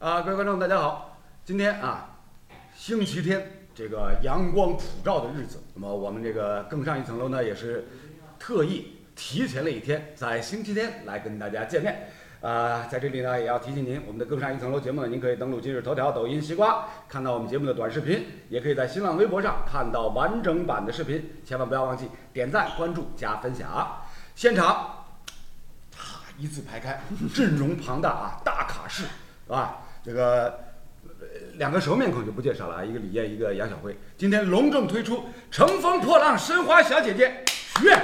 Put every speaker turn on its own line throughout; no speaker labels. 啊，各位观众大家好，今天啊，星期天，这个阳光普照的日子，那么我们这个更上一层楼呢，也是特意提前了一天，在星期天来跟大家见面。啊、在这里呢，也要提醒您，我们的《更上一层楼》节目呢，您可以登录今日头条、抖音、西瓜，看到我们节目的短视频，也可以在新浪微博上看到完整版的视频。千万不要忘记点赞、关注、加分享。现场啪一字排开， 阵容庞大啊，大卡士啊，这个呃两个熟面孔就不介绍了啊，一个李艳，一个杨晓辉。今天隆重推出《乘风破浪》申花小姐姐许愿。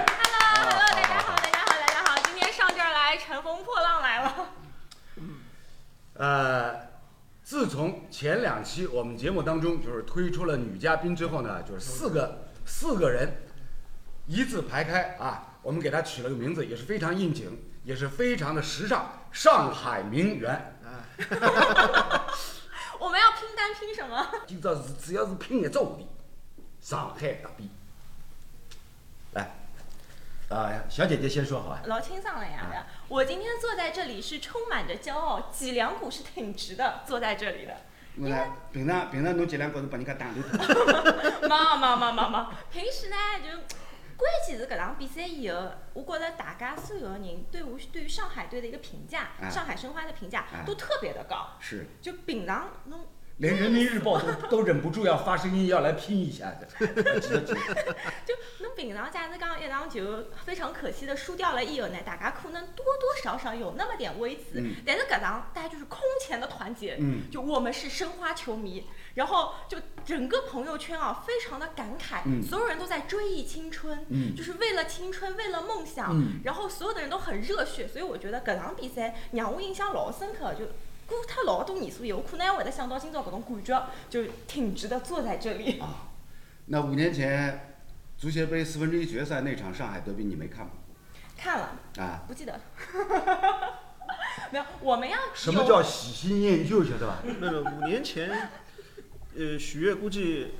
Hello，大家好，大家好，大家好！今天上这儿来，乘风破浪来了。
呃，自从前两期我们节目当中就是推出了女嘉宾之后呢，就是四个四个人一字排开啊，我们给她取了个名字，也是非常应景，也是非常的时尚，上海名媛。
我们要拼单拼什么？
就只要是只要是拼得走的，上海大逼。来，啊、小姐姐先说好啊。
老清桑了呀！我今天坐在这里是充满着骄傲，脊梁骨是挺直的，坐在这里的。
我呢，平常平常侬脊梁高头把人家打断脱，
妈妈妈妈妈！平时呢，就关键是搿场比赛以后，我觉着大家所有的人对我对于上海队的一个评价，
啊
上海申花的评价
啊
都特别的高。
是
就平常侬
连人民日报都 都忍不住要发声音要来拼一下的，值得值得。
就侬平常假使讲一场球非常可惜的输掉了以后呢，大家可能多多少少有那么点微词，
嗯
但是搿场大家就是空前的团结，
嗯
就我们是申花球迷，然后就整个朋友圈啊非常的感慨，
嗯
所有人都在追忆青春，
嗯
就是为了青春，为了梦想，
嗯
然后所有的人都很热血，所以我觉得搿场比赛让我印象老深刻，就。过脱老多年数以后，可能还会得想到今朝搿种感觉，就挺直的坐在这里。
啊。那五年前足协杯四分之一决赛那场上海德比你没看吗？
看了，
啊，
不记得。 没有，我们要
什么
有
叫喜新厌旧，晓得吧？
那个五年前，呃，许悦估计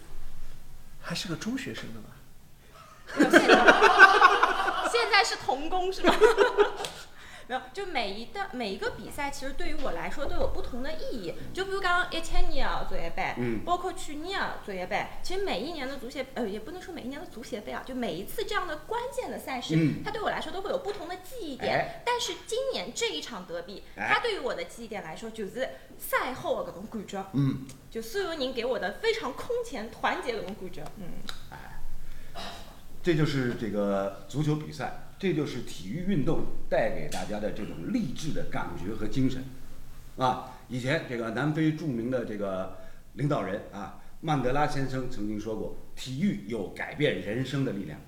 还是个中学生的吧？
现在是童工是吧？没有，就每一的每一个比赛，其实对于我来说都有不同的意义。就比如刚啊刚一千年的足协杯，
嗯
包括去年的足协杯，其实每一年的足协，呃，也不能说每一年的足协杯啊，就每一次这样的关键的赛事，
嗯
它对我来说都会有不同的记忆点。
哎
但是今年这一场德比，
哎
它对于我的记忆点来说，就是赛后的搿种感觉，
嗯，
就所有人给我的非常空前团结的搿种感觉，嗯。
这就是这个足球比赛，这就是体育运动带给大家的这种励志的感觉和精神，啊，以前这个南非著名的这个领导人啊，曼德拉先生曾经说过，体育有改变人生的力量。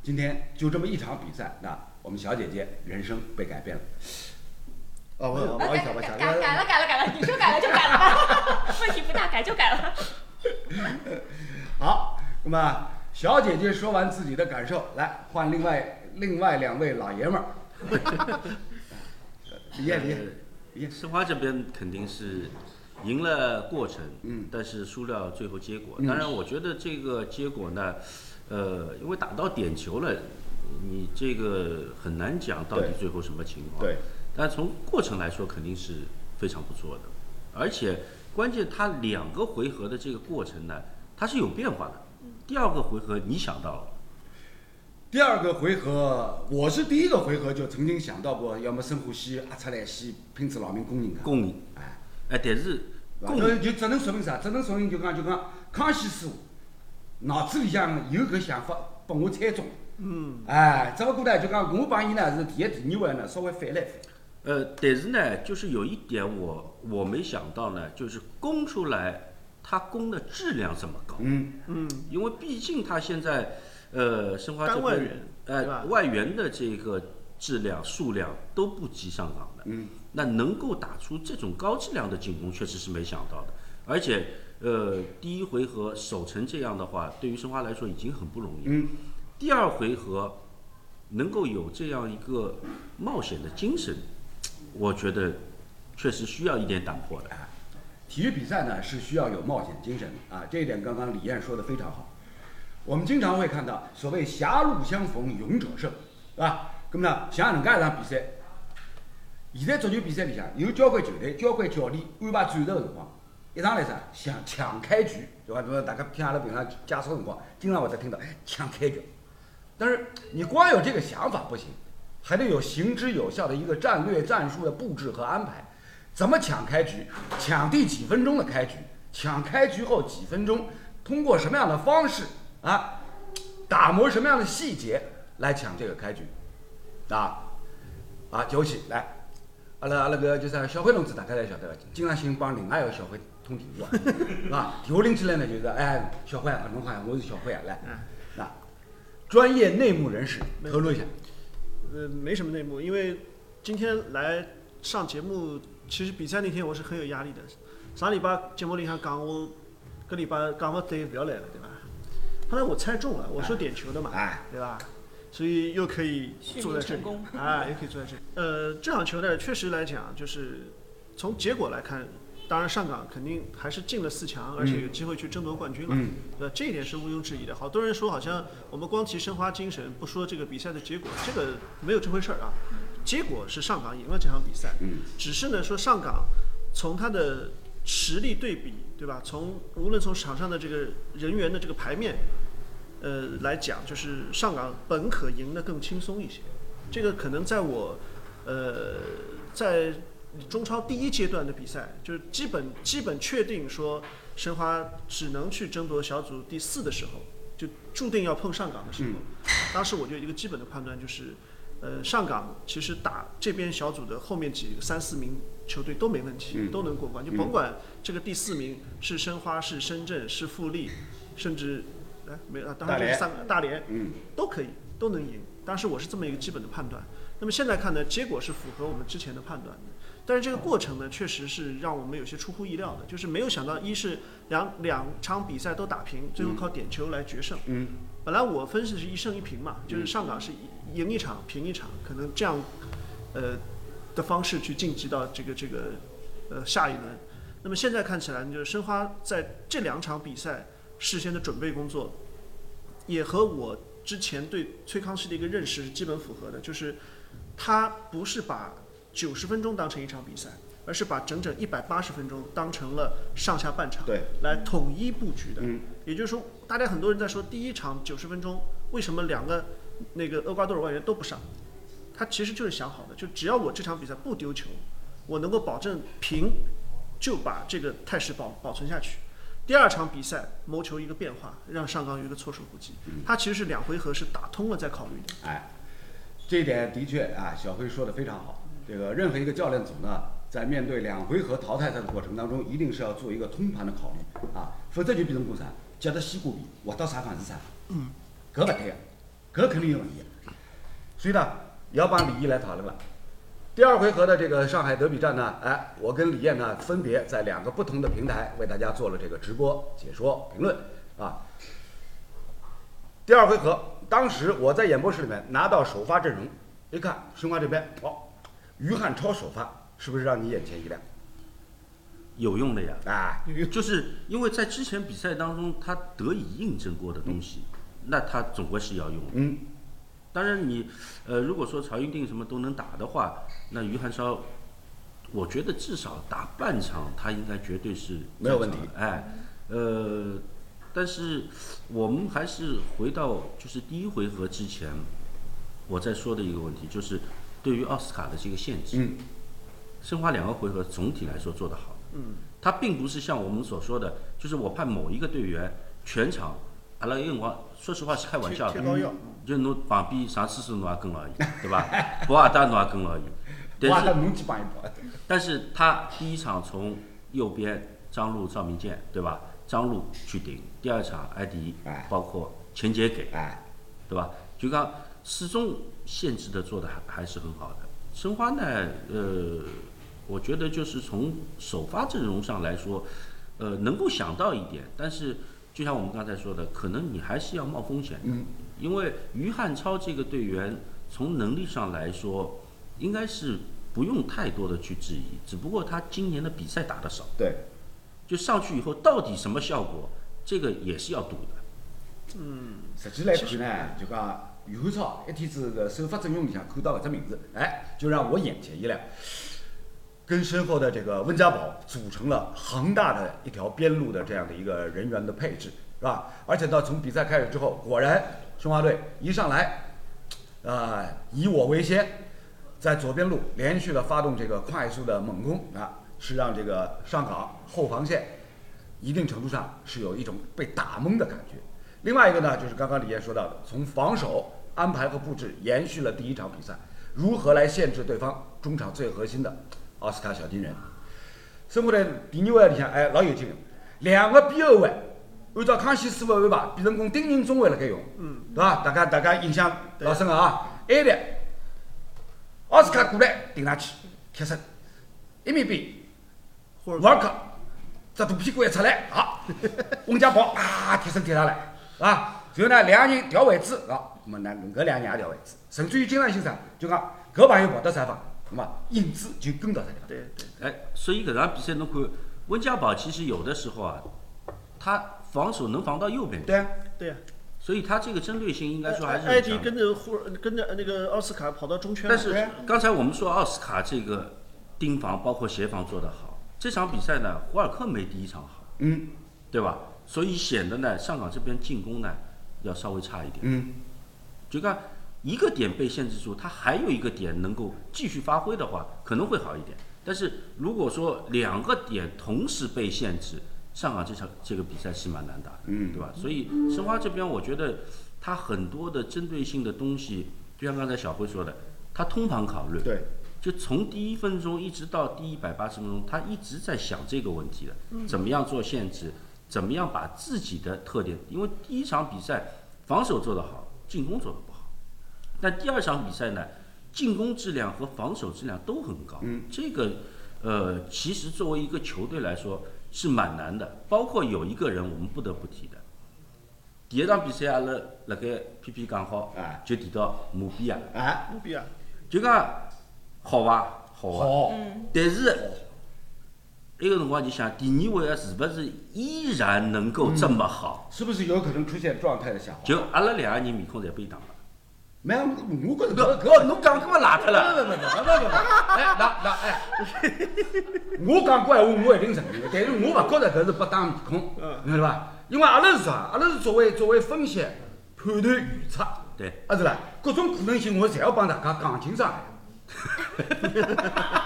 今天就这么一场比赛，那我们小姐姐人生被改变了。
哦，我我
啊，
不好
改
意
改
思，我想
改改了改了改了，你说改了就改了吧， 问题不大，改就改了。
好，那么小姐姐说完自己的感受，来换另外另外两位老爷们儿， 李艳李艳，李艳，
申花这边肯定是赢了过程，
嗯
但是输了最后结果。
嗯
当然，我觉得这个结果呢，呃，因为打到点球了，你这个很难讲到底
对
最后什么情况。
对，
但从过程来说，肯定是非常不错的，而且关键它两个回合的这个过程呢，它是有变化的。第二个回合你想到了，
第二个回合，我是第一个回合就曾经想到过，要么深呼吸，阿出来西，拼出老命攻人家。
共赢，
哎，
哎，但是共赢
那就只能说明啥？只能说明就讲就讲，康熙师傅脑子里向有搿想法，被我猜中。嗯。哎，只不过呢，就讲我帮伊呢是第一、第二位呢稍微反来反。
呃，但是呢，就是有一点我我没想到呢，就是攻出来，它攻的质量这么高，
嗯。
嗯，
因为毕竟它现在，呃，申花这
单外
边
援，对吧
呃，外援的这个质量数量都不及上港的，
嗯，
那能够打出这种高质量的进攻，确实是没想到的，而且。呃，第一回合守成这样的话，对于申花来说已经很不容易了。
嗯
第二回合能够有这样一个冒险的精神，我觉得确实需要一点胆魄的。
体育比赛呢是需要有冒险精神的啊，这一点刚刚李艳说的非常好。我们经常会看到所谓“
啊
狭路相逢勇者胜”，是吧？那么呢，像能介一场比赛，
现在足球比赛里向有交关球队、交关教练安排战术个辰光，一上来啥想强开局，对伐？那么大家听阿拉平常解说辰光，经常会得听到强开局。但是你光有这个想法不行，还得有行之有效的一个战略、战术的布置和安排。怎么抢开局？抢第几分钟的开局？抢开局后几分钟？通过什么样的方式啊？打磨什么样的细节来抢这个开局？啊啊，尤其来，阿拉阿拉个就是小辉同志，大家侪晓得个，经常性帮另外一个小辉通电话，是吧？ 电话拎起来呢，就是哎，小辉啊，侬好呀，我是小辉啊，来，那专业内幕人士透露一下，
呃，没什么内幕，因为今天来上节目，其实比赛那天我是很有压力的。上礼拜节目里向讲我，搿礼拜讲勿对，勿要来了，对伐？后来我猜中了，我说点球的嘛，
哎
对吧？所以又可以坐在这
训
里
练成，
啊，又可以坐在这里。呃，这场球呢，确实来讲，就是从结果来看，当然上港肯定还是进了四强，而且有机会去争夺冠军了，
嗯
对吧？这一点是毋庸置疑的。好多人说好像我们光提申花精神，不说这个比赛的结果，这个没有这回事儿啊。结果是上港赢了这场比赛，
嗯
只是呢说上港从他的实力对比，对吧？从无论从场上的这个人员的这个排面，呃来讲，就是上港本可赢得更轻松一些。这个可能在我，呃，在中超第一阶段的比赛，就是基本基本确定说申花只能去争夺小组第四的时候，就注定要碰上港的时候，当时我就有一个基本的判断就是，呃，上港其实打这边小组的后面几个三四名球队都没问题，
嗯
都能过关，就甭管这个第四名是申花、是深圳、是富力，甚至哎没啊，当然就是三个大连，
嗯，
都可以，都能赢。当时我是这么一个基本的判断。那么现在看呢，结果是符合我们之前的判断的，但是这个过程呢，确实是让我们有些出乎意料的，就是没有想到，一是两两场比赛都打平，最后靠点球来决胜。
嗯，
本来我分析是一胜一平嘛，就是上港是一赢一场平一场，可能这样，呃的方式去晋级到这个这个呃下一轮。那么现在看起来呢，就是申花在这两场比赛事先的准备工作，也和我之前对崔康熙的一个认识是基本符合的，就是他不是把九十分钟当成一场比赛，而是把整整一百八十分钟当成了上下半场，
对，
来统一布局的。
嗯
也就是说，大家很多人在说第一场九十分钟为什么两个那个厄瓜多尔外援都不上，他其实就是想好的，就只要我这场比赛不丢球，我能够保证平，就把这个态势保保存下去。第二场比赛谋求一个变化，让上港有一个措手不及。
嗯
他其实是两回合是打通了再考虑的。
哎，这一点的确啊，小辉说的非常好。这个任何一个教练组呢，在面对两回合淘汰赛的过程当中，一定是要做一个通盘的考虑啊，否则就变成共产，夹到西瓜皮，挖到啥饭是啥。
嗯，
搿勿对个，搿肯定有问题的。所以呢，也要帮李毅来讨论了。第二回合的这个上海德比战呢，哎，我跟李艳呢分别在两个不同的平台为大家做了这个直播、解说、评论啊。第二回合，当时我在演播室里面拿到首发阵容，一看申花这边哦，于汉超首发，是不是让你眼前一亮？
有用的呀。
哎，
就是因为在之前比赛当中，他得以印证过的东西，那他总归是要用的。
嗯，
当然你，呃，如果说曹云定什么都能打的话，那于汉超，我觉得至少打半场他应该绝对是
没有问题
正常的。哎，呃，但是我们还是回到就是第一回合之前，我在说的一个问题，就是对于奥斯卡的这个限制。
嗯，
申花两个回合总体来说做得好。
嗯，
他并不是像我们所说的，就是我派某一个队员全场，阿拉有辰光说实话是开玩笑的嗯
贴贴膏药，
就侬旁边上厕所侬也跟牢伊，对伐？ 博阿达侬也跟牢伊，
哇，
但
那
是
侬去帮一帮。
但是他第一场从右边张路赵明剑对吧？张路去顶，第二场埃迪
哎
包括钱杰给，
哎，
对吧？就讲始终限制的做的还还是很好的。申花呢，呃，我觉得就是从首发阵容上来说，呃，能够想到一点，但是就像我们刚才说的，可能你还是要冒风险的，因为于汉超这个队员从能力上来说，应该是不用太多的去质疑，只不过他今年的比赛打得少，
对，
就上去以后到底什么效果，这个也是要赌的。
实际来看呢，就讲余汉超一天子的首发阵容里向看到搿只名字，哎，就让我眼前一亮。跟身后的这个温家宝组成了庞大的一条边路的这样的一个人员的配置，是吧？而且到从比赛开始之后，果然申花队一上来，啊、以我为先，在左边路连续的发动这个快速的猛攻啊，是让这个上港后防线一定程度上是有一种被打懵的感觉。另外一个呢，就是刚刚李岩说到的，从防守安排和布置延续了第一场比赛，如何来限制对方中场最核心的奥斯卡小金人。申花队第二位里向哎老有劲，两个边后卫，按照康熙思维安排，变成功盯人中卫辣盖用，嗯，对伐？大家大家印象老深个啊，埃力，奥斯卡过来顶上去，贴身，一米边，
或者
玩克，这大屁股一出来，啊，温家宝啊，贴身贴上来，啊，然后呢，两个人调位置，啊，那么那搿两个人也调位置，甚至于经常性啥，就讲搿朋友跑到啥地方，那么影子就跟到啥地方。
对对，
哎，所以搿场比赛侬看，温家宝其实有的时候啊，他防守能防到右边去，
对啊，
对呀、
所以他这个针对性应该说还是
艾
很
迪
强的。
跟着霍尔跟着那个奥斯卡跑到中圈了，
但是刚才我们说奥斯卡这个盯防包括协防做得好，这场比赛呢，胡尔克没第一场好，
嗯
对吧？所以显得呢，上港这边进攻呢要稍微差一点。
嗯，
就看一个点被限制住，他还有一个点能够继续发挥的话，可能会好一点。但是如果说两个点同时被限制，上港这场这个比赛是蛮难打的，
嗯
对吧？所以申花这边，我觉得他很多的针对性的东西，就像刚才小辉说的，他通盘考虑，
对，
就从第一分钟一直到第一百八十分钟，他一直在想这个问题的，怎么样做限制，怎么样把自己的特点，因为第一场比赛防守做得好，进攻做得不好，但第二场比赛呢，进攻质量和防守质量都很高，
嗯
这个呃，其实作为一个球队来说是蛮难的，包括有一个人我们不得不提的。第一场比赛阿啊拉辣盖 PP 讲好
哎，
就提到啊姆比亚，
哎，
努比亚
就讲好伐？好啊，
好，
但是，那个辰光就想，第二位啊，是不是依然能够这么好？
是不是有可能出现状态的下滑？
就阿拉两个人面孔侪被打了。
没有，我觉
搿
得
搿侬讲搿么邋
不
遢
不不不不不不
了？
不，哎，那那哎，我讲过闲话，我一定承认，但是我勿觉着搿是不当面孔，明白伐？因为阿拉是啥？阿拉是作为作为分析、判断、预测，
对，
啊是啦，各种可能性我侪要帮大家讲清爽。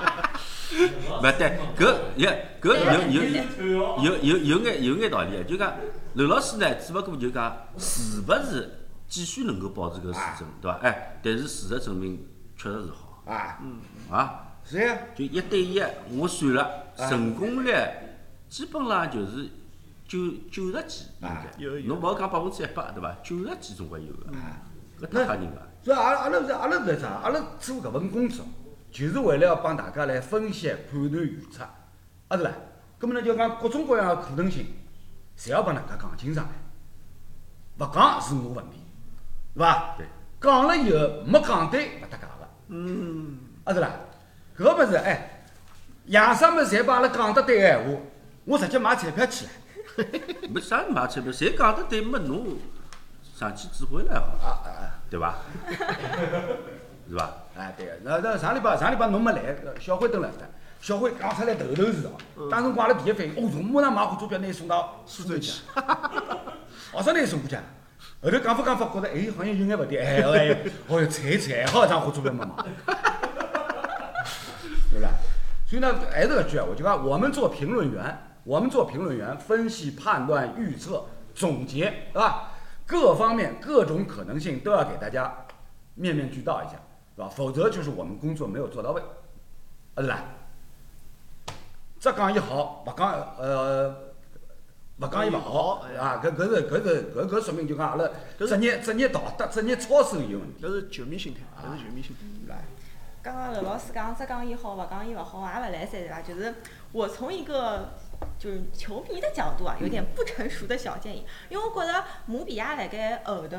勿对，搿也搿有有有有有眼有眼道理啊。就讲刘老师呢，只勿过就讲是勿是继续能够保持搿个水准，对伐？哎，但是事实证明确实是好
啊，
啊。
是呀，
就一对一，我算了，
啊
成功率基本上就是九九十几，应
啊
该
有有
侬勿好讲百分之一百对伐？九十几总归有
啊
个，搿太吓人了。
所以阿拉阿拉是阿拉是啥？阿拉做搿份工作，就是为了要帮大家来分析、判断、预测，啊是啦。葛么呢，就讲各种各样的可能性，侪要帮大家讲清爽来。勿讲是我问题，是伐？
对。
讲了以后没讲对，勿搭界个。嗯。啊是啦，搿个物事哎，洋啥物事侪帮阿拉讲得对个闲话，我直接买彩票去了。
没啥买彩票，侪讲得对，没侬上去指挥了好，
啊啊啊！
对伐？是伐？
哎，对个，那那上礼拜上礼拜侬没来，呃小辉蹲了的，小辉讲出来头头是道。当时我阿拉第一反应，哦，从马上买火车票拿伊送到苏州去， 哦学生拿伊送过去。啊后头讲法讲法，觉着哎，好像有眼勿对，哎哎，哎哦哟，踩踩，好一张火车票没买，对不啦？所以呢，哎还是搿句闲话，就讲啊我们做评论员，我们做评论员分析、判断、预测、总结，对吧？各方面各种可能性都要给大家面面俱到一下，是吧？否则就是我们工作没有做到位，啊，对啦。只讲伊好，勿讲呃，勿讲伊勿好
哎
啊，搿搿是搿是搿搿说明就讲阿拉
搿是
职业职业道德、职业操守有问题，
搿是球迷心态，搿是球迷心态。
啊
对伐？
刚刚刘老师讲，只讲伊好，勿讲伊勿好，也勿来三对伐？就是我从一个就是球迷的角度
嗯
啊，有点不成熟的小建议，因为我觉着姆比亚辣盖后头。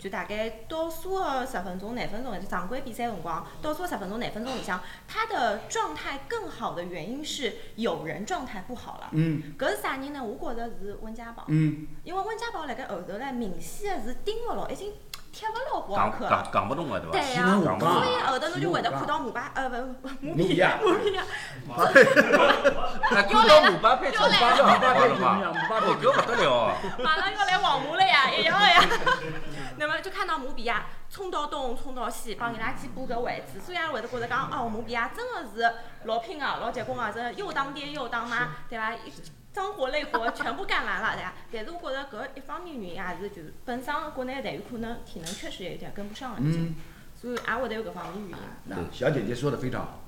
就大概倒数的十分钟、廿分钟，还是常规比赛辰光，倒数十分钟、廿分钟里向，他的状态更好的原因是有人状态不好了。
嗯
搿是啥人呢？我觉着是温家宝。
嗯
因为温家宝辣盖后头唻，明显个是盯勿牢，已经踢勿牢沃
讲
克。
讲讲勿动个对伐？
对
西
呀
南，五
杠
所以后头侬就会得
西南
看到姆
五杠
巴呃勿姆
努比
比
亚
姆比亚，
哎，
又来
看到
了
姆巴佩
又
出
来
发
了
了，
姆巴佩
了
怎么样
吗？
姆巴
哦，
佩
搿勿得了啊！
马上要来黄马了呀，一样啊呀。那么就看到姆比亚冲到东，冲到西，帮伊拉去补搿位置，所以阿拉会得觉着讲，哦，姆比亚真的是老拼啊，老结棍啊，这又当爹又当妈，对伐？一脏活累活全部干完了，对伐？但是我觉着搿一方面原因也是就是本身国内的队员可能体能确实有点跟不上了，已经，所以也会得有搿方面原因。
那小姐姐说的非常好，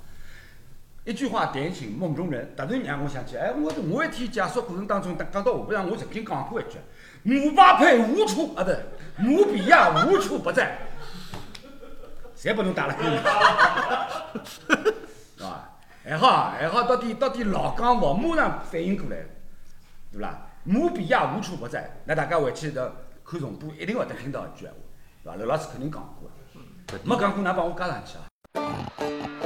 一句话点醒梦中人，突然让我想起，哎，我我一天解说过程当中，讲到下半场，我曾经讲过一句，姆巴佩无处啊，不是，姆比亚无处不在，谁不能打了？ 是吧？还好还好，到底到底老讲我马上反应过来了，对不啦？姆比亚无处不在，那大家回去的看重播，一定会得听到一句闲话，对吧？刘老师肯定讲过，没讲过，㑚帮我加上去啊。